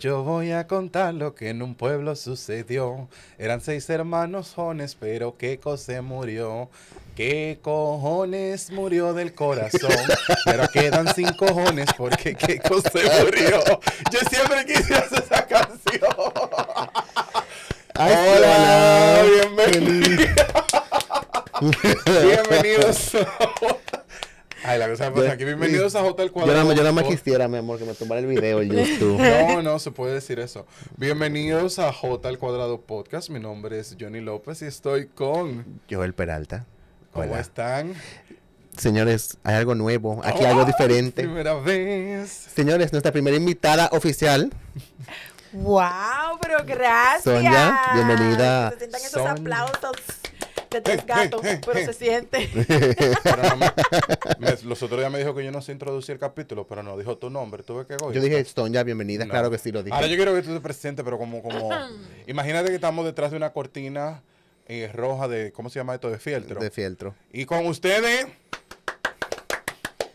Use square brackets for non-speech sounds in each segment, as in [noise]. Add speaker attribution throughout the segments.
Speaker 1: Yo voy a contar lo que en un pueblo sucedió. Eran seis hermanos jones, pero Keiko se murió. ¿Qué cojones murió del corazón? Pero quedan sin cojones porque Keiko se murió. Yo siempre quise hacer esa canción.
Speaker 2: Ay,
Speaker 1: hola,
Speaker 2: hola,
Speaker 1: bienvenidos. bienvenidos. a- [laughs] Ay, la cosa me pasa aquí. Bienvenidos a J al
Speaker 2: Yo
Speaker 1: cuadrado.
Speaker 2: nada, más- yo nada más
Speaker 1: Por-
Speaker 2: quisiera, mi amor, que me tumbara el video en
Speaker 1: [laughs]
Speaker 2: YouTube. [laughs]
Speaker 1: No, no se puede decir eso. Bienvenidos a J al Cuadrado Podcast. Mi nombre es Johnny López y estoy con.
Speaker 2: Joel Peralta.
Speaker 1: ¿Cómo
Speaker 2: Hola.
Speaker 1: están?
Speaker 2: Señores, hay algo nuevo, aquí
Speaker 1: Oh,
Speaker 2: hay algo diferente.
Speaker 1: Primera
Speaker 2: [laughs]
Speaker 1: vez.
Speaker 2: Señores, nuestra primera invitada oficial.
Speaker 3: ¡Wow! Pero gracias.
Speaker 2: Sonia, bienvenida.
Speaker 3: Se sientan esos
Speaker 1: Sonia.
Speaker 3: aplausos de
Speaker 1: Eh,
Speaker 3: tres gatos, pero se siente.
Speaker 1: Pero no me- me- los otros días me dijo que yo no sé introducir el capítulo, pero no dijo tu nombre. Tuve que
Speaker 2: Yo dije Sonia, bienvenida, claro que sí lo dije.
Speaker 1: Pues Ahora yo quiero que tú te presentes, pero como.
Speaker 2: [clears throat]
Speaker 1: como imagínate que estamos detrás de una cortina eh, roja de. ¿Cómo se llama esto? De fieltro.
Speaker 2: De fieltro.
Speaker 1: y con ustedes.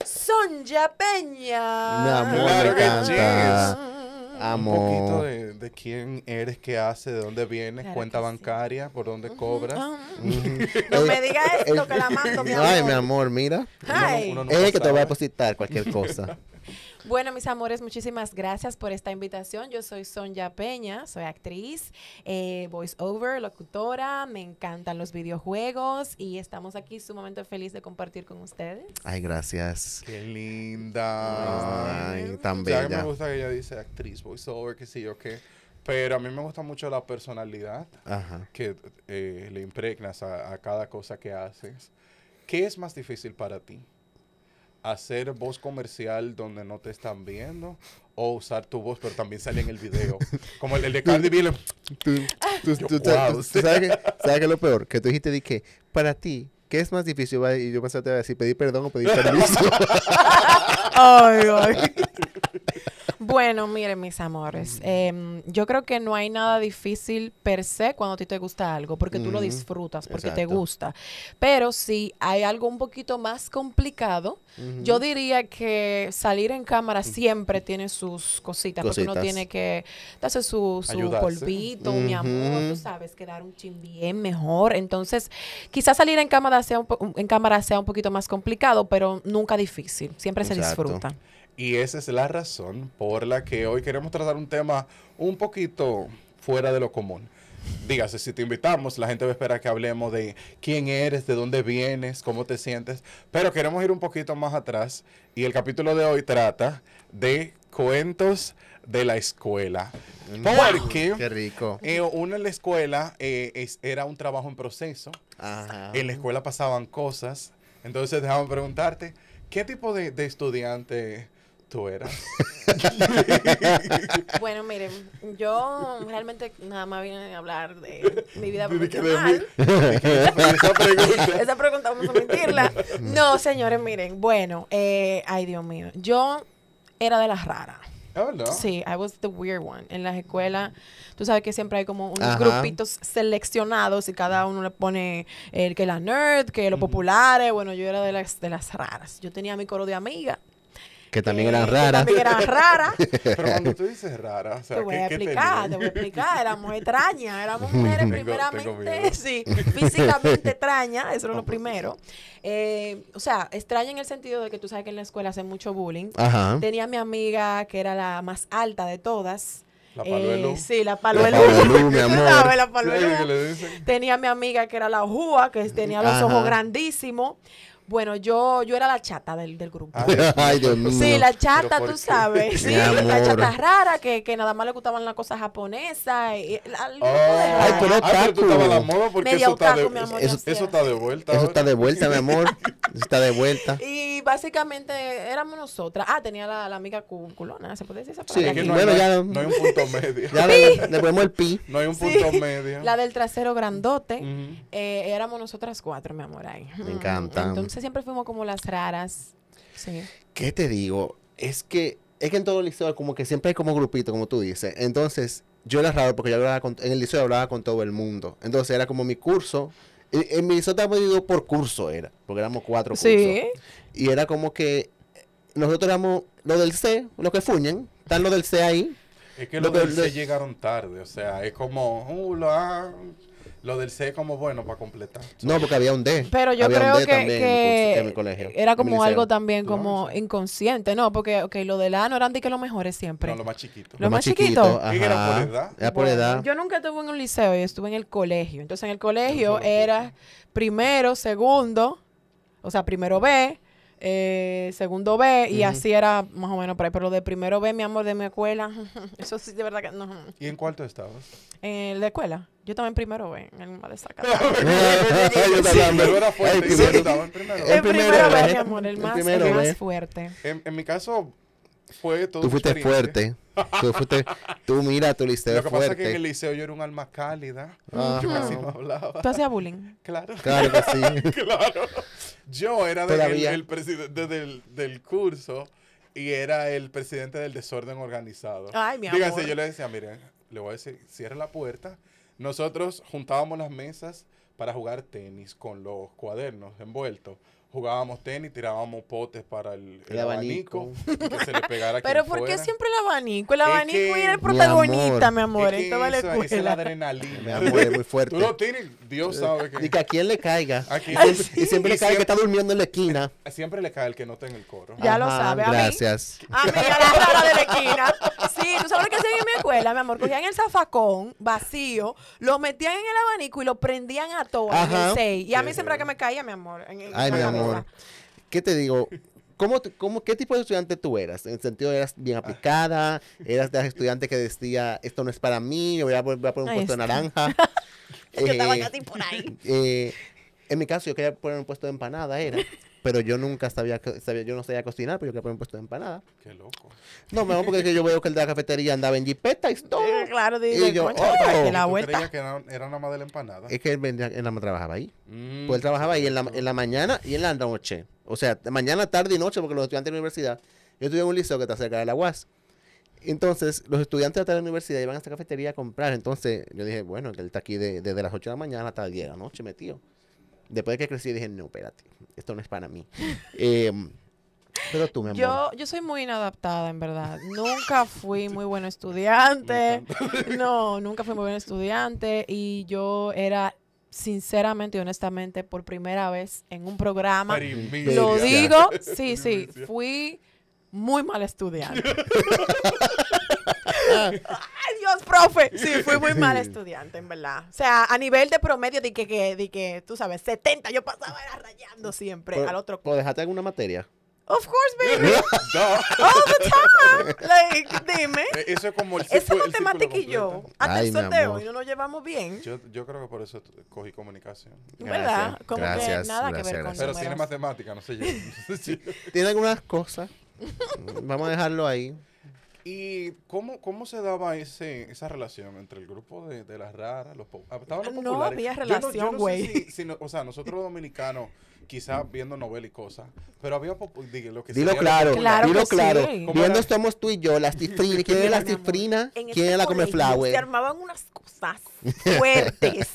Speaker 3: Sonja Peña.
Speaker 2: Mi amor,
Speaker 1: Claro
Speaker 2: me
Speaker 1: que
Speaker 2: encanta.
Speaker 1: Un poquito
Speaker 2: Amo.
Speaker 1: de, de quién eres, qué haces, de dónde vienes,
Speaker 3: Claro
Speaker 1: cuenta
Speaker 3: que sí.
Speaker 1: bancaria, por dónde cobras.
Speaker 3: No me digas esto, que la mando, mi amor.
Speaker 2: Ay, mi amor, mira.
Speaker 3: Ay.
Speaker 1: Uno no-
Speaker 2: Eh, que te voy
Speaker 1: sabe.
Speaker 2: a depositar
Speaker 1: [laughs]
Speaker 2: cualquier cosa.
Speaker 3: Bueno, mis amores, muchísimas gracias por esta invitación. Yo soy Sonja Peña, soy actriz, eh, voiceover, locutora, me encantan los videojuegos y estamos aquí sumamente feliz de compartir con ustedes.
Speaker 2: Ay, gracias.
Speaker 1: Qué linda.
Speaker 2: Ay, tan
Speaker 1: Ya que me
Speaker 2: bella.
Speaker 1: gusta que ella dice actriz, voiceover, qué sé yo qué. Pero a mí me gusta mucho la personalidad
Speaker 2: Ajá.
Speaker 1: que eh, le impregnas a, a cada cosa que haces. ¿Qué es más difícil para ti? ¿Hacer voz comercial donde no te están viendo? ¿O usar tu voz pero también sale en el video? Como el, el
Speaker 2: [laughs]
Speaker 1: de Cardi B. le-
Speaker 2: Tú, tú-
Speaker 1: Yo,
Speaker 2: tú sa-
Speaker 1: wow.
Speaker 2: tú- tú sabes, que, sabes que lo peor, que tú dijiste de que para ti, ¿qué es más difícil? Yo iba- Y yo pensaba que te iba a decir pedir perdón o pedir permiso.
Speaker 3: Ay, ay. Bueno, miren, mis amores, em, yo creo que no hay nada difícil per se cuando a ti te gusta algo, porque tú lo
Speaker 2: Ujú,
Speaker 3: disfrutas, porque te
Speaker 2: exacto.
Speaker 3: gusta. Pero si hay algo un poquito más complicado, yo diría que salir en cámara siempre tiene sus cositas, porque uno
Speaker 2: Mm. Cositas.
Speaker 3: tiene que darse su, su
Speaker 1: Ayudarse.
Speaker 3: polvito, mi amor,
Speaker 2: Ujú.
Speaker 3: tú sabes, quedar un chin bien mejor. Entonces, quizás salir en cámara sea un, po- en cámara sea un poquito más complicado, pero nunca difícil, siempre se
Speaker 2: Exacto.
Speaker 3: disfruta.
Speaker 1: Y esa es la razón por la que hoy queremos tratar un tema un poquito fuera de lo común. Dígase, si te invitamos, la gente va a esperar que hablemos de quién eres, de dónde vienes, cómo te sientes, pero queremos ir un poquito más atrás y el capítulo de hoy trata de cuentos de la escuela.
Speaker 2: Mm.
Speaker 1: Porque
Speaker 2: Qué rico.
Speaker 1: eh, uno en la escuela eh, es- era un trabajo en proceso,
Speaker 2: Ajá.
Speaker 1: en la escuela pasaban cosas, entonces dejaban preguntarte, ¿qué tipo de, de estudiante tú eras?
Speaker 3: [laughs] Bueno, miren, yo realmente nada más vine a hablar de mi vida
Speaker 1: Dime que de
Speaker 3: profesional.
Speaker 1: Esa pregunta.
Speaker 3: Esa pregunta vamos a [laughs] omitirla. No, señores, miren, bueno, eh, ay Dios mío, yo era de las raras.
Speaker 1: Ah, ¿verdad?
Speaker 3: Sí, I was the weird one. En las escuelas, tú sabes que siempre hay como unos
Speaker 2: Ajá.
Speaker 3: grupitos seleccionados y cada uno le pone el que la nerd, que los populares. Bueno, yo era de las, de las raras. Yo tenía mi coro de amigas.
Speaker 2: Que también
Speaker 3: que-
Speaker 2: eran
Speaker 3: que
Speaker 2: raras.
Speaker 3: También eran raras.
Speaker 1: Pero cuando tú dices rara, o sea,
Speaker 3: te voy
Speaker 1: ¿qué-
Speaker 3: a
Speaker 1: qué
Speaker 3: explicar, te
Speaker 1: tenía?
Speaker 3: voy a explicar. Éramos extrañas, éramos mujeres
Speaker 1: Tengo- tengo miedo.
Speaker 3: primeramente, [laughs] sí, físicamente extrañas, eso era lo primero. Eh, o sea, extraña en el sentido de que tú sabes que en la escuela hacen mucho bullying.
Speaker 2: Ajá.
Speaker 3: Tenía a mi amiga que era la más alta de todas.
Speaker 1: La
Speaker 3: Eh,
Speaker 1: paluelo.
Speaker 3: sí, la
Speaker 2: La
Speaker 3: paluelo. [laughs]
Speaker 2: Pablelu, mi
Speaker 3: Tú
Speaker 2: amor.
Speaker 3: sabes, la
Speaker 1: ¿Sabes
Speaker 3: paluelo.
Speaker 1: qué le dicen?
Speaker 3: Tenía a mi amiga que era la Júa, que tenía los
Speaker 2: Ajá.
Speaker 3: ojos grandísimos. Bueno, yo, yo era la chata del, del grupo.
Speaker 1: Ay, Ah, Dios
Speaker 2: Ay, Dios mío.
Speaker 3: Sí, la
Speaker 1: ¿Pero
Speaker 3: chata,
Speaker 1: por
Speaker 3: tú
Speaker 1: qué?
Speaker 3: sabes. Sí,
Speaker 2: Mi
Speaker 3: la
Speaker 2: amor.
Speaker 3: chata rara, que, que nada más le gustaban las cosas japonesas. y- y- al grupo de
Speaker 1: Ay,
Speaker 2: Ay, tú
Speaker 3: rara.
Speaker 1: Ah. pero
Speaker 2: eres
Speaker 1: tú
Speaker 2: otaku.
Speaker 1: estabas a la moda porque
Speaker 3: Media
Speaker 1: eso está de
Speaker 3: otaku, mi amor,
Speaker 1: eso,
Speaker 3: yo
Speaker 1: eso
Speaker 3: sí
Speaker 1: está de vuelta.
Speaker 2: Eso
Speaker 1: ahora.
Speaker 2: está de vuelta, mi amor. Eso está de vuelta.
Speaker 3: Y básicamente éramos nosotras. Ah, tenía la, la amiga cu- culona, ¿se puede decir esa
Speaker 2: Sí,
Speaker 1: Es
Speaker 3: palabra?
Speaker 1: que
Speaker 2: Y
Speaker 1: no,
Speaker 2: bueno,
Speaker 1: hay,
Speaker 2: ya-
Speaker 1: no hay un punto medio.
Speaker 2: Ya le, le ponemos el pi.
Speaker 1: No hay un
Speaker 3: Sí.
Speaker 1: punto medio.
Speaker 3: La del trasero grandote.
Speaker 1: Ujú.
Speaker 3: Eh, éramos nosotras cuatro, mi amor, ahí.
Speaker 2: Me
Speaker 3: Mm,
Speaker 2: encanta.
Speaker 3: Entonces siempre fuimos como las raras. Sí.
Speaker 2: ¿Qué te digo? Es que es que en todo el liceo como que siempre hay como grupito, como tú dices. Entonces, yo era raro porque yo hablaba con, en el liceo hablaba con todo el mundo. Entonces, era como mi curso. En, en mi liceo estaba dividido por curso, era. Porque éramos cuatro cursos.
Speaker 3: Sí.
Speaker 2: Y era como que nosotros éramos los del C, los que fuñen. Están los del C ahí.
Speaker 1: Es que
Speaker 2: Lo
Speaker 1: los del
Speaker 2: que-
Speaker 1: C llegaron tarde, o sea, es como, uh, lo, ah, lo del C es como bueno para completar.
Speaker 2: No, porque había un D.
Speaker 3: Pero yo
Speaker 2: Había un
Speaker 3: creo
Speaker 2: D
Speaker 3: que,
Speaker 2: también en mi
Speaker 3: que
Speaker 2: curso- en mi colegio,
Speaker 3: era
Speaker 2: en mi
Speaker 3: como algo
Speaker 2: liceo.
Speaker 3: también como inconsciente, ¿no? Porque ok, lo del ano eran de que los mejores siempre.
Speaker 1: No, lo más chiquito.
Speaker 3: Lo- más chiquito.
Speaker 2: ajá.
Speaker 1: ¿Y era por edad?
Speaker 2: Era por
Speaker 3: Bueno,
Speaker 2: edad.
Speaker 3: Yo nunca estuve en un liceo, yo estuve en el colegio. Entonces en el colegio era primero, segundo, o sea, primero B, eh, segundo B, y así era más o menos por ahí. Pero lo de primero B, mi amor, de mi escuela, [laughs] eso sí, de verdad que no.
Speaker 1: ¿Y en cuánto
Speaker 3: [laughs]
Speaker 1: estabas?
Speaker 3: En la escuela, yo estaba en primero B, en el más destacado.
Speaker 1: [laughs]
Speaker 2: Yo también.
Speaker 1: Pero era fuerte,
Speaker 2: El
Speaker 1: y
Speaker 2: primero.
Speaker 1: yo estaba en primero.
Speaker 2: El
Speaker 3: En primero
Speaker 2: primero
Speaker 3: B,
Speaker 2: B.
Speaker 3: mi amor, el
Speaker 2: El
Speaker 3: más,
Speaker 2: primero
Speaker 3: el más
Speaker 2: B.
Speaker 3: fuerte.
Speaker 1: En, en mi caso fue todo.
Speaker 2: Tú fuiste
Speaker 1: experiencia.
Speaker 2: fuerte.
Speaker 1: [laughs]
Speaker 2: Tú fuiste. Tú mira tu liceo
Speaker 1: Lo que pasa es que en
Speaker 2: fuerte.
Speaker 1: el liceo yo era un alma cálida.
Speaker 2: Ajá.
Speaker 1: Yo casi no hablaba.
Speaker 3: ¿Tú hacías bullying?
Speaker 1: Claro. [laughs]
Speaker 2: Claro que sí.
Speaker 1: Claro. Yo era de- el,
Speaker 2: Todavía.
Speaker 1: el presidente del, del curso y era el presidente del desorden organizado.
Speaker 3: Ay, mi
Speaker 1: Dígase,
Speaker 3: amor.
Speaker 1: yo le decía, miren, le voy a decir, cierra la puerta. Nosotros juntábamos las mesas para jugar tenis con los cuadernos envueltos. Jugábamos tenis, tirábamos potes para el,
Speaker 2: El
Speaker 1: el abanico, y que se le pegara
Speaker 3: [laughs]
Speaker 1: a
Speaker 3: Pero
Speaker 1: quien
Speaker 3: ¿por qué
Speaker 1: fuera.
Speaker 3: siempre el abanico? El
Speaker 1: Es
Speaker 3: abanico
Speaker 1: que-
Speaker 3: era el
Speaker 1: Mi
Speaker 3: protagonista,
Speaker 2: amor,
Speaker 3: mi amor,
Speaker 1: Es
Speaker 3: en
Speaker 1: que
Speaker 3: toda la
Speaker 1: eso- esa es la
Speaker 3: escuela.
Speaker 2: Mi
Speaker 1: adrenalina.
Speaker 2: amor, es muy
Speaker 1: [laughs]
Speaker 2: fuerte.
Speaker 1: Tú lo tienes, Dios sabe
Speaker 2: Y
Speaker 1: que
Speaker 2: que a quien le caiga.
Speaker 1: ¿A quién?
Speaker 2: Y siempre- Y siempre
Speaker 1: Y
Speaker 2: le cae el que
Speaker 1: siempre-
Speaker 2: está durmiendo en la esquina.
Speaker 1: siempre le cae el que no está en el coro.
Speaker 3: Ya lo sabe, a mí.
Speaker 2: Gracias.
Speaker 3: Ah, mira, la rara de la esquina. Sí, tú sabes lo que hacían en mi escuela, mi amor. Cogían el zafacón vacío, lo metían en el abanico y lo prendían a todo. en
Speaker 2: Ajá.
Speaker 3: el seis. Y a mí
Speaker 1: Sí,
Speaker 3: siempre
Speaker 1: sí.
Speaker 3: que me caía, mi amor. en- en
Speaker 2: Ay,
Speaker 3: la
Speaker 2: mi
Speaker 3: cabeza.
Speaker 2: amor. ¿Qué te digo? ¿Cómo, tú- cómo, ¿Qué tipo de estudiante tú eras? En el sentido, ¿eras bien aplicada? ¿Eras de las estudiantes que decía, esto no es para mí, yo voy a, voy a poner un
Speaker 3: Ahí
Speaker 2: puesto de
Speaker 3: está. [laughs]
Speaker 2: naranja? [laughs]
Speaker 3: Es que estaba
Speaker 2: Eh,
Speaker 3: casi por ahí.
Speaker 2: eh, en mi caso, yo quería poner un puesto de empanada, era. Pero yo nunca sabía, co- sabía yo no sabía cocinar, pero yo quería poner un puesto de empanada.
Speaker 1: Qué loco.
Speaker 2: No, mejor porque es que yo veo que el de la cafetería andaba en jipeta y todo.
Speaker 3: Eh, Claro,
Speaker 2: Y
Speaker 3: dije,
Speaker 2: yo,
Speaker 3: "Concha, por aquí
Speaker 2: oh,
Speaker 1: ¿Y
Speaker 3: la
Speaker 1: tú
Speaker 3: vuelta.
Speaker 1: creías que era, era nada más de la empanada?
Speaker 2: Es que él, vendía- él nada más trabajaba ahí.
Speaker 1: Mm,
Speaker 2: Eh, Pues él trabajaba ahí en la,
Speaker 1: qué
Speaker 2: en la mañana y en la noche. O sea, t- mañana, tarde y noche, porque los estudiantes de la universidad. Yo estudié en un liceo que está cerca de la UAS. Entonces, los estudiantes de la universidad iban a esta cafetería a comprar. Entonces, yo dije, bueno, que él está aquí de- desde las 8 de la mañana hasta las 10 de la noche metido. Después de que crecí, dije, no, espérate, esto no es para
Speaker 3: [laughs]
Speaker 2: mí. Eh, pero tú, mi amor.
Speaker 3: Yo, yo soy muy inadaptada, en
Speaker 2: [laughs]
Speaker 3: verdad. Nunca fui muy buen estudiante. No, nunca fui muy buen estudiante. Y yo era, sinceramente y honestamente, por primera vez en un programa.
Speaker 1: primicia.
Speaker 3: Lo
Speaker 2: Envidia.
Speaker 3: digo, sí, sí,
Speaker 1: Envidia.
Speaker 3: fui muy mal estudiante.
Speaker 2: [laughs]
Speaker 3: Ay, Dios, profe. Sí, fui muy mal estudiante, en verdad. O sea, a nivel de promedio, de que, que- de que tú sabes, 70, yo pasaba era rayando siempre
Speaker 2: Pero-
Speaker 3: al otro.
Speaker 2: ¿Pero dejaste alguna materia?
Speaker 3: Of course, baby,
Speaker 1: [laughs] No,
Speaker 3: all the time. Like, dime.
Speaker 1: eh, Eso es como el
Speaker 3: Esa
Speaker 1: círculo- el círculo
Speaker 3: matemática y yo,
Speaker 1: completo.
Speaker 3: hasta
Speaker 2: Ay,
Speaker 3: el
Speaker 2: mi
Speaker 3: sol de
Speaker 2: amor.
Speaker 3: hoy, no nos llevamos bien.
Speaker 1: Yo, yo creo que por eso tu- cogí comunicación.
Speaker 3: ¿Verdad?
Speaker 2: Gracias,
Speaker 3: Como
Speaker 2: gracias,
Speaker 3: que nada que ver
Speaker 2: gracias, gracias.
Speaker 3: con
Speaker 1: Pero
Speaker 3: números.
Speaker 1: tiene matemática, no sé yo. [laughs] Sí.
Speaker 2: Tiene algunas cosas. Vamos a dejarlo ahí.
Speaker 1: ¿Y cómo, cómo se daba ese, esa relación entre el grupo de, de las raras, los po- ah, estaban los
Speaker 3: No
Speaker 1: populares?
Speaker 3: había
Speaker 1: Yo no- yo
Speaker 3: relación,
Speaker 1: no sé
Speaker 3: güey.
Speaker 1: si- si no- o sea, nosotros los dominicanos, quizás viendo novelas y cosas, pero había popu- diga, lo que
Speaker 2: Dilo
Speaker 1: sería
Speaker 2: claro,
Speaker 3: Claro pues.
Speaker 2: dilo
Speaker 3: que sí.
Speaker 2: claro.
Speaker 3: ¿Cómo
Speaker 2: Viendo
Speaker 1: era?
Speaker 2: estamos tú y yo, las tifrinas. ¿Quién es
Speaker 3: Mira,
Speaker 2: las
Speaker 3: mi amor,
Speaker 2: tifrinas?
Speaker 3: en
Speaker 2: ¿Quién
Speaker 3: este
Speaker 2: es la come
Speaker 3: colegio Se
Speaker 2: flower?
Speaker 3: armaban unas
Speaker 2: [laughs]
Speaker 3: cosas fuertes.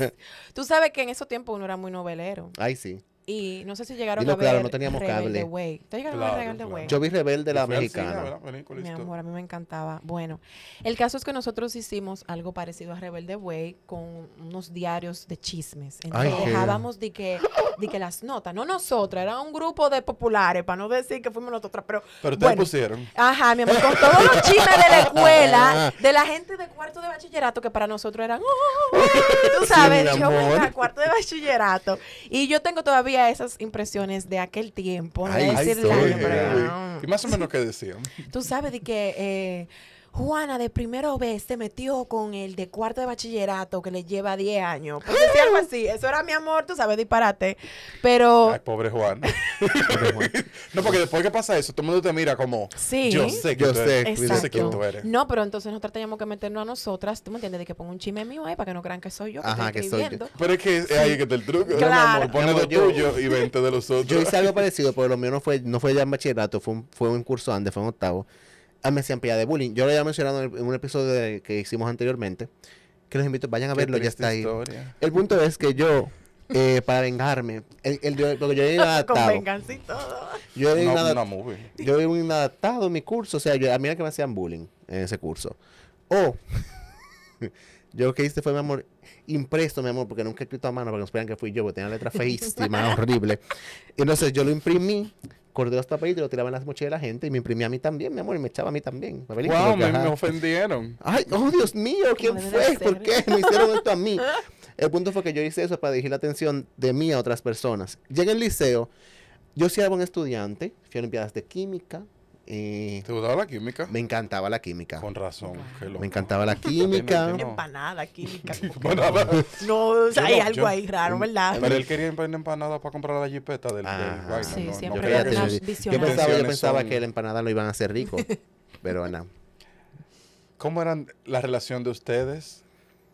Speaker 3: Tú sabes que en esos tiempos uno era muy novelero.
Speaker 2: Ay, sí.
Speaker 3: Y no sé si llegaron
Speaker 2: Dilo
Speaker 3: a ver
Speaker 2: claro, no teníamos
Speaker 3: Rebelde
Speaker 2: cable.
Speaker 3: Way. ¿Ustedes llegaron a
Speaker 1: Claro,
Speaker 3: ver Rebelde
Speaker 1: claro.
Speaker 3: Way?
Speaker 2: Yo vi Rebelde la
Speaker 1: Yo fui al cine,
Speaker 2: mexicana.
Speaker 1: ¿verdad? Película,
Speaker 3: Mi
Speaker 1: esto.
Speaker 3: amor, a mí me encantaba. Bueno, el caso es que nosotros hicimos algo parecido a Rebelde Way con unos diarios de chismes. Entonces
Speaker 2: Ay, qué-
Speaker 3: dejábamos de que, de que las notas, no nosotras, era un grupo de populares, para no decir que fuimos nosotras, pero
Speaker 1: Pero ustedes
Speaker 3: bueno,
Speaker 1: pusieron.
Speaker 3: Ajá, mi amor, con todos los chismes de la escuela,
Speaker 2: [laughs]
Speaker 3: de la gente de cuarto de bachillerato, que para nosotros eran, "Oh, oh, oh", tú sabes,
Speaker 2: Sí, mi
Speaker 3: yo voy
Speaker 2: amor.
Speaker 3: a cuarto de bachillerato. Y yo tengo todavía esas impresiones de aquel tiempo, no voy a
Speaker 2: Ay,
Speaker 3: decir
Speaker 2: sí.
Speaker 3: el año,
Speaker 1: Uy,
Speaker 3: pero
Speaker 1: uy.
Speaker 3: no.
Speaker 1: Y más o menos que decían.
Speaker 3: Tú sabes de que eh, Juana de primero B se metió con el de cuarto de bachillerato que le lleva 10 años. Pues decía algo así, eso era mi amor, tú sabes, disparate. Pero
Speaker 1: Ay, pobre Juan. no, porque después que pasa eso, todo el mundo te mira como.
Speaker 3: Sí.
Speaker 1: Yo sé que
Speaker 2: Yo
Speaker 1: tú eres-
Speaker 2: sé, cuida
Speaker 1: Yo sé quién
Speaker 2: tú.
Speaker 1: tú eres.
Speaker 3: No, pero entonces nosotros teníamos que meternos a nosotras, ¿tú me entiendes? De que pongo un chisme mío ahí para que no crean que soy yo que
Speaker 2: Ajá,
Speaker 3: estoy
Speaker 2: que soy yo.
Speaker 3: escribiendo.
Speaker 1: Pero es que es ahí que está el truco.
Speaker 3: Claro.
Speaker 1: Claro. Pone
Speaker 2: Mi
Speaker 1: lo
Speaker 2: amor, yo-
Speaker 1: tuyo y vente de los otros.
Speaker 2: Yo hice algo parecido, pero lo mío no fue, no fue ya en bachillerato, fue un, fue un curso antes, fue en octavo. Ah, me hacían pilla de bullying. Yo lo había mencionado en, el- en un episodio de- que hicimos anteriormente, que los invito, vayan a
Speaker 1: Qué
Speaker 2: verlo, ya
Speaker 1: triste
Speaker 2: está ahí.
Speaker 1: historia.
Speaker 2: El punto es que yo, eh, para vengarme, el, el- yo, porque yo era
Speaker 3: [laughs]
Speaker 1: Ah,
Speaker 3: Con
Speaker 2: inadaptado.
Speaker 3: venganza y todo.
Speaker 2: Yo era
Speaker 1: Una,
Speaker 2: inadaptado.
Speaker 1: una movie.
Speaker 2: yo era un inadaptado en mi curso, o sea, yo- a mí era que me hacían bullying en ese curso. O, [laughs] yo lo que hice fue, mi amor, impreso, mi amor, porque nunca he escrito a mano para que no supieran que fui yo, porque tenía la
Speaker 1: [laughs]
Speaker 2: letra feísima, horrible. Y entonces yo lo imprimí, corté los papelitos, lo tiraba en las mochilas de la gente y me imprimí a mí también, mi amor, y me echaba a mí también. papelitos,
Speaker 1: Wow,
Speaker 2: porque,
Speaker 1: me, me
Speaker 2: ajá.
Speaker 1: ofendieron.
Speaker 2: Ay, oh Dios mío, ¿quién
Speaker 3: debe
Speaker 2: fue?
Speaker 3: ser.
Speaker 2: ¿Por qué me hicieron esto a
Speaker 3: [laughs]
Speaker 2: mí? El punto fue que yo hice eso para dirigir la atención de mí a otras personas. Llegué al liceo, yo sí era buen estudiante, fui a Olimpiadas de Química, eh,
Speaker 1: ¿Te gustaba la química?
Speaker 2: me encantaba la química.
Speaker 1: Con razón. qué loco. [laughs]
Speaker 2: Me encantaba [laughs] la
Speaker 1: No.
Speaker 2: química.
Speaker 3: Empanada
Speaker 1: [laughs]
Speaker 3: química.
Speaker 1: Empanada.
Speaker 3: No, o sea,
Speaker 1: Yo
Speaker 3: hay
Speaker 1: no,
Speaker 3: algo
Speaker 1: yo-
Speaker 3: ahí raro, ¿verdad?
Speaker 1: Pero él quería empa- empanada para comprar la jipeta del, del
Speaker 2: Ah.
Speaker 1: baile,
Speaker 3: Sí,
Speaker 1: no- no
Speaker 3: siempre
Speaker 1: quería
Speaker 3: era
Speaker 1: que-
Speaker 3: una-
Speaker 2: yo,
Speaker 3: visionario.
Speaker 2: pensaba, yo
Speaker 1: Intenciones
Speaker 2: pensaba
Speaker 1: son-
Speaker 2: que la empanada lo iban a hacer rico, [laughs] pero no.
Speaker 1: ¿Cómo era la relación de ustedes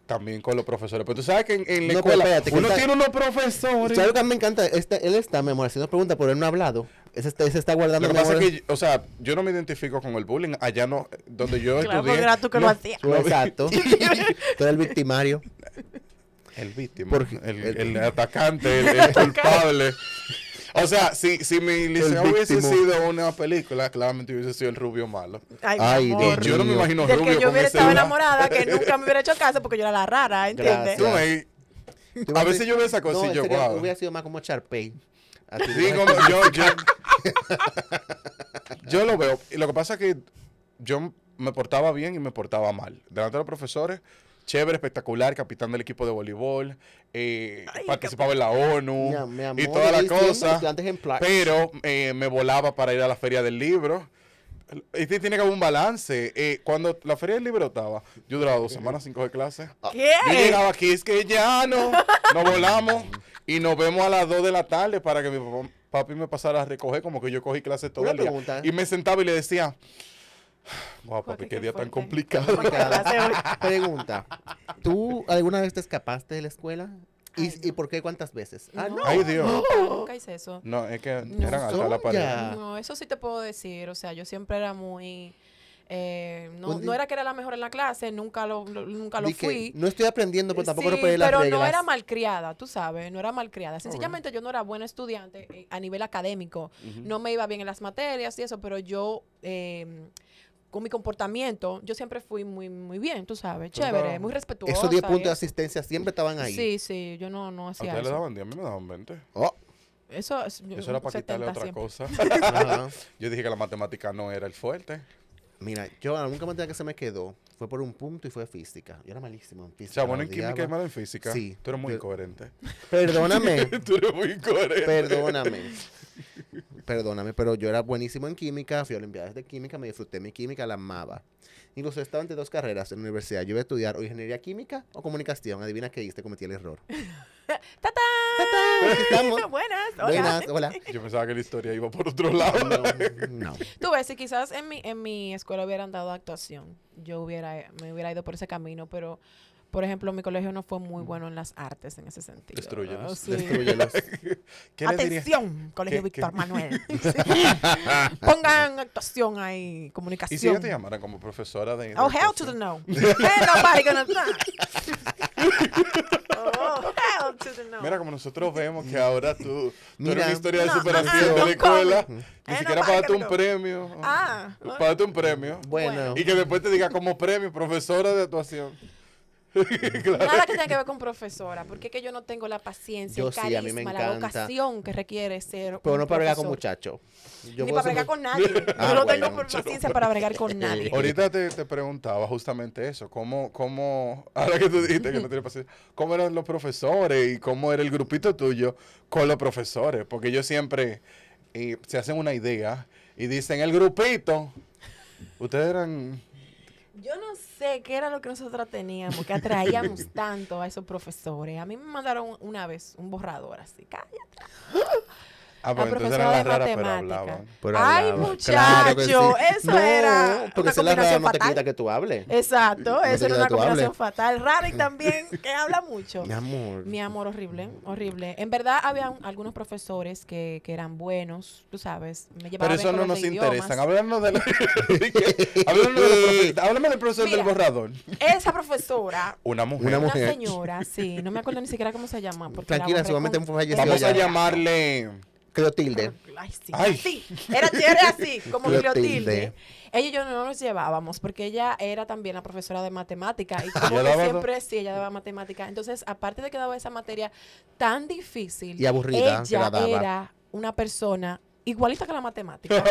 Speaker 1: también con los profesores? Pues tú sabes que en, en la
Speaker 2: No, pero
Speaker 1: escuela
Speaker 2: espérate, que
Speaker 1: uno
Speaker 2: está-
Speaker 1: tiene unos profesores.
Speaker 2: ¿Sabes lo que me encanta? Este, él está, mi amor, haciendo preguntas, pero él no ha hablado. Ese está, ese está guardando,
Speaker 1: Lo que
Speaker 2: mi
Speaker 1: pasa
Speaker 2: amor,
Speaker 1: es que, o sea, yo no me identifico con el bullying. Allá no, donde yo
Speaker 3: Claro,
Speaker 1: estudié.
Speaker 3: porque era tú que
Speaker 1: no,
Speaker 3: lo hacías.
Speaker 2: su- Exacto. [laughs] Todo el victimario.
Speaker 1: El víctima.
Speaker 2: Porque-
Speaker 1: el,
Speaker 2: el- [laughs]
Speaker 1: el atacante, el, el culpable. O sea, si, si mi liceo hubiese
Speaker 2: víctima.
Speaker 1: sido una película, claramente hubiese sido el rubio malo.
Speaker 3: Ay,
Speaker 2: Ay,
Speaker 3: mi
Speaker 1: Y
Speaker 3: amor.
Speaker 2: Dios
Speaker 1: yo no me
Speaker 2: mío.
Speaker 1: imagino
Speaker 3: Del
Speaker 1: rubio
Speaker 3: que yo
Speaker 1: con
Speaker 3: hubiera
Speaker 1: ese-
Speaker 3: estado enamorada, que nunca me hubiera hecho caso porque yo era la rara, ¿entiendes?
Speaker 1: Tú ahí, A veces yo veo esa cosa y yo,
Speaker 2: sería-
Speaker 1: wow.
Speaker 2: Hubiera sido más como Charpey. Así,
Speaker 1: Sí, como yo,
Speaker 2: [laughs]
Speaker 1: yo, yo lo veo. Y lo que pasa es que yo me portaba bien y me portaba mal. Delante de los profesores, chévere, espectacular, capitán del equipo de voleibol, eh,
Speaker 3: Ay,
Speaker 1: participaba en la ONU [laughs]
Speaker 2: Mi am- mi amor,
Speaker 1: y toda la
Speaker 2: él siempre
Speaker 1: cosa.
Speaker 2: estudiante
Speaker 3: Ah,
Speaker 2: ejemplar.
Speaker 1: Pero eh, me volaba para ir a la feria del libro. Y sí tiene que haber un balance. Eh, cuando la feria del libro estaba, yo duraba dos semanas sin coger clases.
Speaker 3: ¿Qué?
Speaker 1: Yo llegaba aquí, es que ya no, nos volamos y nos vemos a las 2 de la tarde para que mi papá- papi me pasara a recoger, como que yo cogí clases todo
Speaker 2: Una
Speaker 1: el día.
Speaker 2: pregunta.
Speaker 1: Y me sentaba y le decía, wow, papi,
Speaker 3: Jorge,
Speaker 1: qué
Speaker 3: qué
Speaker 1: día tan
Speaker 3: fuerte.
Speaker 1: complicado.
Speaker 3: [laughs] Porque la hace hoy.
Speaker 2: [laughs] Pregunta. ¿Tú alguna vez te escapaste de la escuela? ¿Y,
Speaker 3: Ay, no.
Speaker 2: y por qué cuántas veces? Ah, no.
Speaker 1: Ay, Dios.
Speaker 3: Nunca, nunca hice eso.
Speaker 1: No, es que
Speaker 3: No,
Speaker 1: eran altas
Speaker 2: Sonia.
Speaker 1: las paredes.
Speaker 2: Ah.
Speaker 3: No, eso sí te puedo decir. O sea, yo siempre era muy. eh, no,
Speaker 2: Un di-
Speaker 3: no era que era la mejor en la clase, nunca lo, lo- nunca lo
Speaker 2: Di que
Speaker 3: fui.
Speaker 2: No estoy aprendiendo, pero tampoco
Speaker 3: Sí,
Speaker 2: no pegué las
Speaker 3: pero
Speaker 2: reglas. Ah,
Speaker 3: no era malcriada, tú sabes, no era malcriada. Sencillamente yo no era buena estudiante eh, a nivel académico.
Speaker 2: Mm.
Speaker 1: Ujú.
Speaker 3: No me iba bien en las materias y eso, pero yo, eh, con mi comportamiento, yo siempre fui muy, muy bien, tú sabes,
Speaker 1: Tú
Speaker 3: chévere,
Speaker 1: estabas-
Speaker 3: muy respetuosa.
Speaker 2: Esos 10 puntos de
Speaker 3: y eso.
Speaker 2: asistencia siempre estaban ahí.
Speaker 3: eh. Sí, sí, yo no, no
Speaker 1: A
Speaker 3: hacía
Speaker 1: ustedes le
Speaker 3: eso.
Speaker 1: daban 10, a mí me daban 20.
Speaker 3: [laughs]
Speaker 2: Oh,
Speaker 3: Eso, es-
Speaker 1: Eso era para quitarle
Speaker 3: 70
Speaker 1: otra
Speaker 3: siempre. [laughs]
Speaker 1: cosa.
Speaker 2: ajá.
Speaker 1: Yo dije que la matemática no era el fuerte.
Speaker 2: Mira, yo la única materia que se me quedó fue por un punto y fue física. Yo era malísimo en
Speaker 1: O
Speaker 2: física.
Speaker 1: sea, bueno
Speaker 2: la
Speaker 1: en química y
Speaker 2: odiaba.
Speaker 1: malo en física.
Speaker 2: Sí.
Speaker 1: Tú eres muy
Speaker 2: Yo- [laughs]
Speaker 1: incoherente.
Speaker 2: Perdóname,
Speaker 1: [laughs] Tú eres muy incoherente.
Speaker 2: perdóname. Perdóname, pero yo era buenísimo en química, fui a Olimpiadas de química, me disfruté mi química, la amaba. Incluso estaba entre dos carreras en la universidad. Yo iba a estudiar o ingeniería química o comunicación. Adivina qué hice, cometí el error.
Speaker 3: [laughs] ¡Tatán!
Speaker 2: ¡Tatán! Aquí estamos.
Speaker 3: Buenas, [laughs] hola.
Speaker 2: Buenas, hola.
Speaker 1: Yo pensaba que la historia iba por otro lado.
Speaker 2: No.
Speaker 3: Tú ves, si quizás en mi, en mi escuela hubieran dado actuación, yo hubiera, me hubiera ido por ese camino, pero, por ejemplo, mi colegio no fue muy bueno en las artes en ese sentido.
Speaker 1: Destrúyelos,
Speaker 3: Oh, Sí.
Speaker 2: Destruyelos.
Speaker 1: [laughs] ¿Qué le dirías?
Speaker 3: Atención, Colegio
Speaker 1: qué-
Speaker 3: Víctor
Speaker 1: qué- [laughs]
Speaker 3: Manuel. Sí. Pongan actuación ahí,
Speaker 1: ¿Y si yo
Speaker 3: comunicación.
Speaker 1: te llamara como profesora de... de
Speaker 3: Oh, hell to
Speaker 1: actuación?
Speaker 3: the
Speaker 1: [laughs]
Speaker 3: no. Ain't nobody gonna [laughs] die. Oh, hell to the no.
Speaker 1: Mira, como nosotros vemos que ahora tú, tú eres
Speaker 2: Mira.
Speaker 1: una historia de
Speaker 3: No,
Speaker 1: superación
Speaker 3: ajá,
Speaker 1: de la
Speaker 3: no
Speaker 1: escuela,
Speaker 3: come.
Speaker 1: ni
Speaker 3: Eh,
Speaker 1: siquiera
Speaker 3: no,
Speaker 1: pagaste un
Speaker 3: págatelo.
Speaker 1: premio.
Speaker 3: Ah, ah.
Speaker 1: Pagaste un premio.
Speaker 2: Bueno.
Speaker 1: Y que después te diga como premio, profesora de actuación. [laughs] Claro.
Speaker 3: Nada que tenga que ver con profesora, porque es que yo no tengo la paciencia,
Speaker 2: Yo
Speaker 3: el
Speaker 2: sí, a
Speaker 3: carisma,
Speaker 2: mí me
Speaker 3: la
Speaker 2: encanta.
Speaker 3: vocación que requiere ser.
Speaker 2: Pero
Speaker 3: un
Speaker 2: no para bregar con
Speaker 3: profesor.
Speaker 2: muchachos. Yo
Speaker 3: Ni
Speaker 2: puedo
Speaker 3: para
Speaker 2: ser muy-
Speaker 3: bregar con nadie.
Speaker 2: [laughs] Ah,
Speaker 3: yo no
Speaker 2: bueno.
Speaker 3: tengo por- paciencia para bregar
Speaker 2: [laughs]
Speaker 3: con nadie.
Speaker 1: Ahorita te, [laughs] te preguntaba justamente eso, cómo, cómo, [laughs] ahora que tú dijiste que no tienes paciencia, cómo eran los profesores y cómo era el grupito tuyo con los profesores, porque yo siempre eh, se hacen una idea y dicen, el grupito, ustedes eran...
Speaker 3: Yo no sé qué era lo que nosotros teníamos, que atraíamos
Speaker 2: [laughs]
Speaker 3: tanto a esos profesores. A mí me mandaron una vez un borrador así, cállate.
Speaker 1: Ah,
Speaker 3: La
Speaker 2: pues,
Speaker 1: pero entonces eran
Speaker 3: profesora de
Speaker 1: las raras, pero
Speaker 3: matemática.
Speaker 1: hablaban.
Speaker 2: Pero
Speaker 3: Ay,
Speaker 2: hablaba.
Speaker 3: muchacho,
Speaker 2: Claro que sí.
Speaker 3: eso
Speaker 2: No,
Speaker 3: era
Speaker 2: Porque
Speaker 3: una
Speaker 2: si la rara
Speaker 3: combinación
Speaker 2: no te quita
Speaker 3: fatal.
Speaker 2: que tú hables.
Speaker 3: Exacto, eso
Speaker 2: te
Speaker 3: era
Speaker 2: queda
Speaker 3: una
Speaker 2: tu hable.
Speaker 3: combinación fatal. Rara
Speaker 2: [laughs]
Speaker 3: y también que habla mucho.
Speaker 2: Mi amor.
Speaker 3: Mi amor, horrible, horrible. En verdad, había un- algunos profesores que, que eran buenos, tú sabes. Me llevaba
Speaker 1: Pero
Speaker 3: bien
Speaker 1: eso
Speaker 3: con
Speaker 1: no
Speaker 3: los
Speaker 1: nos
Speaker 3: de
Speaker 1: interesa.
Speaker 3: idiomas.
Speaker 1: Háblanos
Speaker 3: [laughs]
Speaker 1: de la- [laughs] háblanos de la profe- háblame del profesor del
Speaker 3: Mira.
Speaker 1: borrador.
Speaker 3: Esa profesora,
Speaker 1: Una mujer.
Speaker 2: Una
Speaker 3: una
Speaker 2: mujer.
Speaker 3: señora, sí, no me acuerdo ni siquiera cómo se llama. porque la
Speaker 2: Tranquila,
Speaker 3: borré
Speaker 2: seguramente
Speaker 3: con-
Speaker 2: fue fallecido
Speaker 1: Vamos
Speaker 2: ya.
Speaker 1: a llamarle
Speaker 2: Clotilde.
Speaker 3: Ay, sí,
Speaker 1: Ay.
Speaker 3: así. Era, era así, como
Speaker 2: Clotilde.
Speaker 3: Clotilde. Ella y yo no nos llevábamos porque ella era también la profesora de matemática
Speaker 2: [laughs]
Speaker 3: y como
Speaker 1: Ella
Speaker 3: que
Speaker 1: daba-
Speaker 3: siempre sí, ella daba matemática. Entonces, aparte de que daba esa materia tan difícil,
Speaker 2: Y aburrida, que
Speaker 3: ella
Speaker 2: la daba.
Speaker 3: era una persona igualita que
Speaker 2: [laughs]
Speaker 3: la matemática.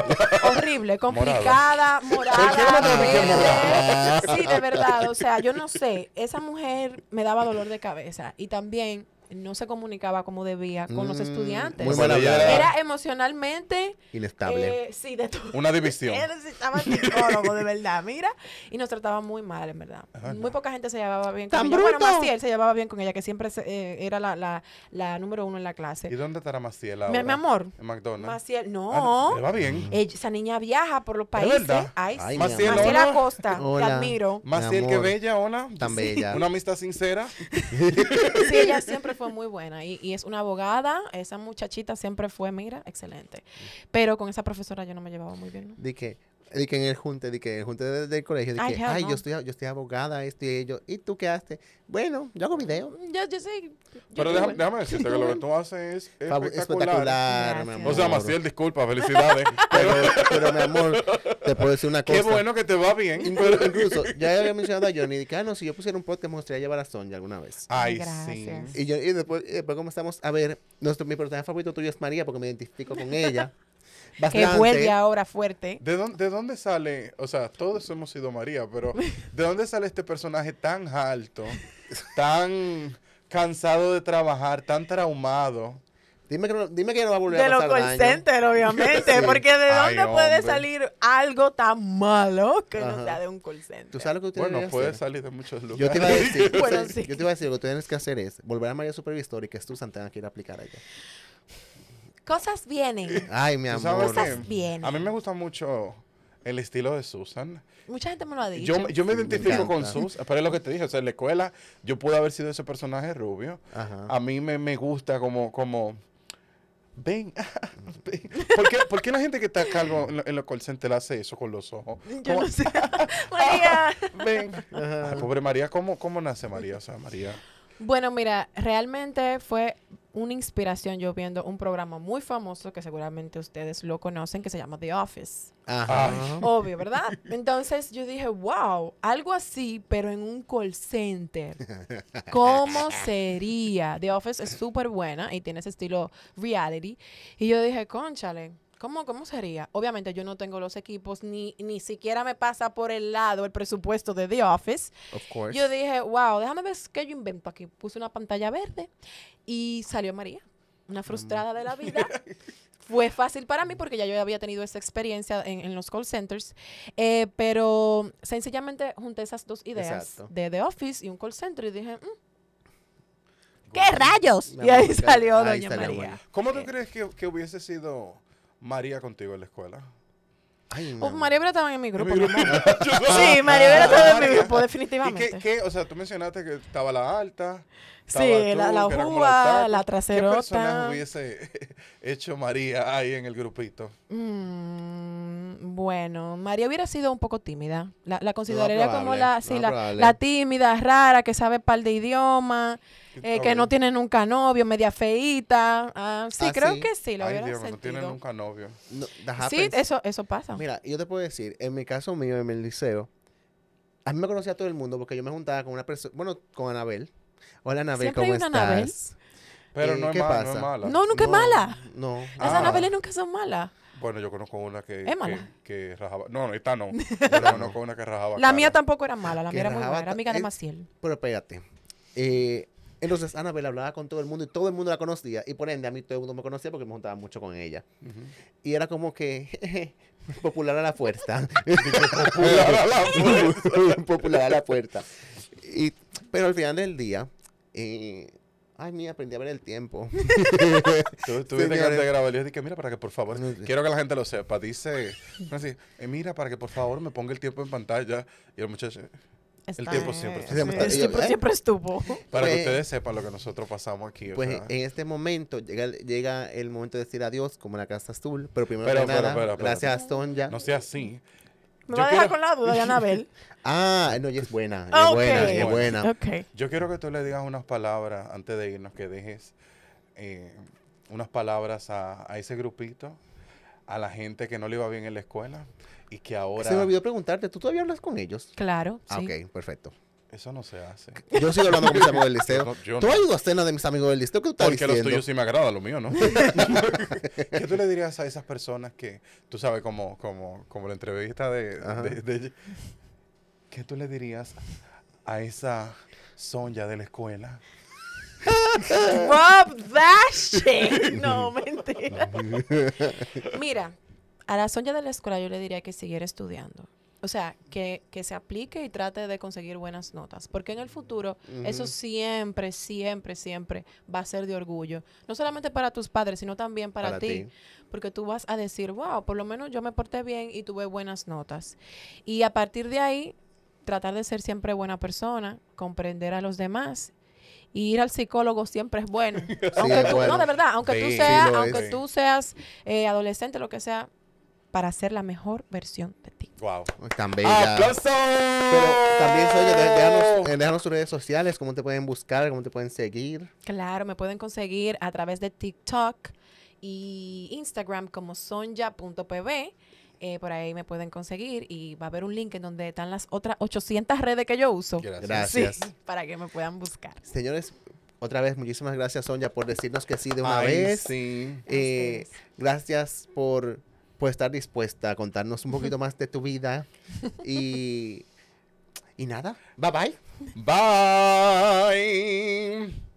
Speaker 3: Horrible, complicada,
Speaker 1: Morada. ¿Por qué la
Speaker 3: morada.
Speaker 1: matemática es
Speaker 3: verde.
Speaker 1: morada?
Speaker 3: Sí, de verdad. O sea, yo no sé. Esa mujer me daba dolor de cabeza y también no se comunicaba como debía con los
Speaker 2: Mm,
Speaker 3: estudiantes.
Speaker 2: Muy
Speaker 1: O sea,
Speaker 2: mal
Speaker 1: ella
Speaker 2: hablada.
Speaker 3: Era emocionalmente.
Speaker 2: Inestable.
Speaker 3: eh, sí, de todo. [laughs]
Speaker 1: Una división.
Speaker 3: Él necesitaba psicólogo, de verdad, mira. Y nos trataba muy mal, en verdad.
Speaker 1: Ah, no.
Speaker 3: Muy poca gente se llevaba bien
Speaker 2: ¡Tan
Speaker 3: con ella. Bueno,
Speaker 2: bruto!
Speaker 3: Maciel se llevaba bien con ella, que siempre se- eh, era la, la, la número uno en la
Speaker 1: ¿Y
Speaker 3: clase.
Speaker 1: dónde estará Maciel
Speaker 3: Mi,
Speaker 1: ahora?
Speaker 3: mi amor,
Speaker 1: En McDonald's.
Speaker 3: Maciel,
Speaker 1: Ah,
Speaker 3: no.
Speaker 1: le va bien.
Speaker 3: Ella- esa niña viaja por los
Speaker 1: ¿Es
Speaker 3: países.
Speaker 1: verdad?
Speaker 3: Ay,
Speaker 2: Ay,
Speaker 3: sí.
Speaker 2: mi
Speaker 1: Maciel,
Speaker 2: amor.
Speaker 3: Maciel
Speaker 1: hola.
Speaker 3: Acosta, te
Speaker 2: Hola.
Speaker 3: admiro.
Speaker 1: Maciel,
Speaker 2: Mi
Speaker 1: qué
Speaker 2: amor.
Speaker 1: bella, hola.
Speaker 3: eh,
Speaker 2: Tan bella.
Speaker 1: Una amistad sincera.
Speaker 3: Sí, ella siempre fue muy buena y, y es una abogada. Esa muchachita siempre fue, mira, excelente. Pero con esa profesora yo no me llevaba muy bien. ¿no?
Speaker 2: Di que, di que en el junte, di que en el junte de- del colegio, di
Speaker 3: Ay,
Speaker 2: que,
Speaker 3: hell
Speaker 2: ay,
Speaker 3: no.
Speaker 2: yo estoy, yo estoy abogada, esto y ello. ¿Y tú qué haces? Bueno, yo hago video.
Speaker 3: Mm, Yo, yo sí. yo
Speaker 1: Pero
Speaker 3: fui
Speaker 1: déjame,
Speaker 3: buena.
Speaker 1: déjame decirte que lo que tú haces es
Speaker 2: Fabu-
Speaker 1: espectacular.
Speaker 2: Espectacular, mi
Speaker 3: Gracias.
Speaker 1: O sea,
Speaker 2: amor.
Speaker 1: Maciel, disculpa, felicidades.
Speaker 2: [laughs] Pero, pero, mi amor, te puedo decir una cosa.
Speaker 1: Qué bueno que te va bien.
Speaker 2: Inclu- Incluso, ya había mencionado a Johnny, de que, ah, no, si yo pusiera un podcast, me gustaría llevar a Sonia alguna vez.
Speaker 1: Ay,
Speaker 3: Gracias.
Speaker 1: sí.
Speaker 2: Y, yo- y después, y después comenzamos a ver, nuestro, mi personaje favorito tuyo es María, porque me identifico con ella.
Speaker 3: [laughs] Que
Speaker 2: Bastante.
Speaker 3: vuelve ahora fuerte.
Speaker 1: ¿De dónde, ¿De dónde sale? O sea, todos hemos sido María, pero ¿de dónde sale este personaje tan alto, tan cansado de trabajar, tan traumado?
Speaker 2: Dime que, no, dime que no va a volver
Speaker 3: De
Speaker 2: a
Speaker 3: los
Speaker 2: pasar daño.
Speaker 3: call center, obviamente,
Speaker 2: Sí.
Speaker 3: porque ¿de
Speaker 1: Ay,
Speaker 3: dónde puede
Speaker 1: hombre.
Speaker 3: salir algo tan malo que
Speaker 2: Ajá.
Speaker 3: no sea de un call center?
Speaker 2: ¿Tú sabes lo que ustedes
Speaker 1: Bueno, puede
Speaker 2: hacer?
Speaker 1: salir de muchos lugares.
Speaker 2: Yo te iba a decir,
Speaker 3: [laughs] Bueno,
Speaker 2: o sea,
Speaker 3: sí.
Speaker 2: yo te iba a decir, lo que tienes que hacer es volver a María Supervisor y que Susan tenga que ir a aplicar allá.
Speaker 3: Cosas vienen,
Speaker 2: Ay, mi
Speaker 1: ¿Tú sabes
Speaker 2: amor.
Speaker 1: qué?
Speaker 3: cosas vienen.
Speaker 1: A mí me gusta mucho el estilo de Susan.
Speaker 3: Mucha gente me lo ha dicho.
Speaker 1: Yo, yo me
Speaker 2: Sí, me
Speaker 1: identifico con
Speaker 2: encanta.
Speaker 1: Susan, pero es lo que te dije, o sea, en la escuela yo pude haber sido ese personaje rubio.
Speaker 2: Ajá.
Speaker 1: A mí me, me gusta como, como, ven, [laughs] ven. ¿Por qué, por qué la gente que está a cargo en, lo- en los call centers hace eso con los ojos?
Speaker 3: Yo
Speaker 1: Como, [laughs]
Speaker 3: no sé. María.
Speaker 1: Ven.
Speaker 2: Ajá.
Speaker 1: Ay, pobre María, ¿cómo, ¿cómo nace María? O sea, María.
Speaker 3: [laughs] Bueno, mira, realmente fue una inspiración yo viendo un programa muy famoso que seguramente ustedes lo conocen que se llama The Office.
Speaker 1: ah,
Speaker 2: Ajá.
Speaker 3: Obvio, ¿verdad? Entonces yo dije, wow, algo así, pero en un call center. ¿Cómo sería? The Office es súper buena y tiene ese estilo reality. Y yo dije, conchale. ¿Cómo, ¿Cómo sería? Obviamente yo no tengo los equipos, ni, ni siquiera me pasa por el lado el presupuesto de The Office.
Speaker 2: Of course.
Speaker 3: Yo dije, wow, déjame ver qué yo invento aquí. Puse una pantalla verde y salió María, una frustrada de la vida. Fue fácil para mí porque ya yo había tenido esa experiencia en, en los call centers, eh, pero sencillamente junté esas dos ideas
Speaker 2: Exacto.
Speaker 3: de The Office y un call center y dije, "Mm, ¿qué rayos? Y ahí
Speaker 2: María.
Speaker 3: salió Doña
Speaker 2: Ahí salió
Speaker 3: María.
Speaker 2: María.
Speaker 1: ¿Cómo tú crees que, que hubiese sido María contigo en la escuela?
Speaker 2: Ay, mi
Speaker 3: Oh,
Speaker 2: amor.
Speaker 3: María Vera estaba en mi grupo.
Speaker 1: mi [laughs]
Speaker 3: mi amor. Sí, María
Speaker 1: "Ah,
Speaker 3: Vera estaba en mi grupo, definitivamente.
Speaker 1: ¿Y qué, qué? O sea, tú mencionaste que estaba la alta.
Speaker 3: Sí,
Speaker 1: estaba
Speaker 3: la,
Speaker 1: tú,
Speaker 3: la
Speaker 1: que era como
Speaker 3: uva,
Speaker 1: otaku.
Speaker 3: la
Speaker 1: ¿Qué
Speaker 3: traserota.
Speaker 1: personaje hubiese [laughs] hecho María ahí en el grupito?
Speaker 3: Mm, bueno, María hubiera sido un poco tímida. La, la
Speaker 2: Lo
Speaker 3: consideraría
Speaker 2: más
Speaker 3: como
Speaker 2: probable,
Speaker 3: la,
Speaker 2: lo
Speaker 3: sí,
Speaker 2: más
Speaker 3: la,
Speaker 2: probable.
Speaker 3: la tímida, rara, que sabe par de idioma, eh, que no tiene nunca novio, media feíta. Ah, sí,
Speaker 2: Ah,
Speaker 3: creo
Speaker 2: sí.
Speaker 3: que sí, la
Speaker 1: Ay,
Speaker 3: hubiera
Speaker 1: Dios, no tiene
Speaker 3: sentido.
Speaker 1: nunca novio.
Speaker 2: No, that
Speaker 3: sí,
Speaker 2: happens.
Speaker 3: eso, eso pasa.
Speaker 2: Mira, yo te puedo decir, en mi caso mío, en el liceo, a mí me conocía todo el mundo porque yo me juntaba con una persona, bueno, con Anabel. Hola Anabel,
Speaker 3: Siempre
Speaker 2: ¿cómo
Speaker 3: hay una Anabel.
Speaker 2: estás?
Speaker 1: Pero
Speaker 2: ¿Y
Speaker 1: no es,
Speaker 2: qué
Speaker 1: mala, no
Speaker 2: pasa?
Speaker 1: es mala.
Speaker 3: No, nunca es mala.
Speaker 2: No.
Speaker 3: Las
Speaker 1: Ah.
Speaker 3: Anabeles nunca son malas.
Speaker 1: Bueno, yo conozco una que,
Speaker 3: Es mala.
Speaker 1: que, que rajaba. No, no, esta
Speaker 3: [laughs]
Speaker 1: no. Pero conozco una que
Speaker 2: Oh,
Speaker 1: rajaba.
Speaker 3: La mía
Speaker 1: cara.
Speaker 3: tampoco era mala, la
Speaker 2: Que
Speaker 3: mía era muy
Speaker 2: rajaba
Speaker 3: buena, era
Speaker 2: ta-
Speaker 3: amiga de
Speaker 2: es-
Speaker 3: Maciel.
Speaker 2: Pero espérate. Eh, entonces Anabel hablaba con todo el mundo y todo el mundo la conocía. Y por ende, a mí todo el mundo me conocía porque me juntaba mucho con ella.
Speaker 1: Ujú.
Speaker 2: Y era como que [laughs] popular a la fuerza. [laughs]
Speaker 3: [laughs]
Speaker 2: popular a la puerta. Y, pero al final del día, eh, ay, mía, aprendí a ver el tiempo.
Speaker 1: Tú tú viste que
Speaker 2: Señores.
Speaker 1: antes de grabar, yo dije, mira, para que por favor,
Speaker 2: No sé.
Speaker 1: quiero que la gente lo sepa. Dice, [laughs] así, eh, mira, para que por favor me ponga el tiempo en pantalla. Y el muchacho,
Speaker 3: Está-
Speaker 1: tiempo siempre
Speaker 2: está-
Speaker 3: sí,
Speaker 2: Siempre-
Speaker 3: siempre-
Speaker 2: ¿eh?
Speaker 3: siempre
Speaker 2: [laughs]
Speaker 3: estuvo.
Speaker 1: para que
Speaker 2: Pues-
Speaker 1: ustedes sepan lo que nosotros pasamos aquí. o
Speaker 2: Pues
Speaker 1: sea.
Speaker 2: en este momento llega, el- llega el momento de decir adiós, como en la Casa Azul. Pero primero
Speaker 1: Pero,
Speaker 2: que
Speaker 1: pero,
Speaker 2: nada,
Speaker 1: pero, pero.
Speaker 2: gracias a Sonja.
Speaker 1: No sea así.
Speaker 3: Me
Speaker 1: Yo
Speaker 3: va a dejar
Speaker 1: quiero-
Speaker 3: con la
Speaker 2: [laughs]
Speaker 3: duda de Anabel.
Speaker 2: Ah, no, ella es buena. Es
Speaker 3: Ah, ok.
Speaker 2: buena, es buena.
Speaker 3: Ok.
Speaker 1: Yo quiero que tú le digas unas palabras antes de irnos, que dejes eh, unas palabras a, a ese grupito, a la gente que no le iba bien en la escuela y que ahora...
Speaker 2: Se me olvidó preguntarte, ¿tú todavía hablas con ellos?
Speaker 3: Claro,
Speaker 2: Ah,
Speaker 3: sí.
Speaker 2: ok, perfecto.
Speaker 1: Eso no se hace.
Speaker 2: Yo sigo hablando con mis amigos del
Speaker 1: [laughs]
Speaker 2: liceo.
Speaker 1: Pues No, yo
Speaker 2: ¿Tú
Speaker 1: no.
Speaker 2: has ido a cenas de mis amigos del liceo? ¿Qué tú estás
Speaker 1: Porque los
Speaker 2: diciendo?
Speaker 1: tuyos sí me agrada, lo
Speaker 2: [laughs]
Speaker 1: mío, ¿no? [laughs] ¿Qué tú le dirías a esas personas que, tú sabes, como, como, como la entrevista de,
Speaker 2: Ajá.
Speaker 1: de, de- ¿Qué tú le dirías a esa Sonja de la escuela?
Speaker 3: Drop that [laughs] shit. No, mentira. Mira, a la Sonia de la escuela yo le diría que siguiera estudiando. O sea, que, que se aplique y trate de conseguir buenas notas. Porque en el futuro, eso siempre, siempre, siempre va a ser de orgullo. No solamente para tus padres, sino también para,
Speaker 2: Para
Speaker 3: ti.
Speaker 2: ti.
Speaker 3: Porque tú vas a decir, wow, por lo menos yo me porté bien y tuve buenas notas. Y a partir de ahí, tratar de ser siempre buena persona, comprender a los demás. Y ir al psicólogo siempre es bueno. aunque
Speaker 2: es
Speaker 3: tú-
Speaker 2: bueno.
Speaker 3: No, de verdad, aunque tú
Speaker 1: Sí,
Speaker 3: seas,
Speaker 2: sí lo es.
Speaker 3: aunque
Speaker 1: Sí.
Speaker 3: tú seas eh, adolescente, lo que sea, para ser la mejor versión de ti.
Speaker 1: ¡Wow!
Speaker 2: Ay, Tan bella.
Speaker 1: ¡Aplausos!
Speaker 2: Pero también, Sonia, de- déjanos, eh, déjanos tus redes sociales, cómo te pueden buscar, cómo te pueden seguir.
Speaker 3: Claro, me pueden conseguir a través de TikTok y Instagram como sonja.pb. Eh, por ahí me pueden conseguir y va a haber un link en donde están las otras 800 redes que yo uso.
Speaker 1: Gracias.
Speaker 2: Gracias.
Speaker 3: Sí, [laughs] para que me puedan buscar.
Speaker 2: Señores, otra vez, muchísimas gracias, Sonia, por decirnos que sí de una
Speaker 1: Ay,
Speaker 2: vez.
Speaker 1: sí.
Speaker 2: Eh,
Speaker 3: Ustedes.
Speaker 2: gracias por, por estar dispuesta a contarnos un poquito más de tu
Speaker 3: [laughs]
Speaker 2: vida. Y, y nada, bye bye.
Speaker 1: Bye.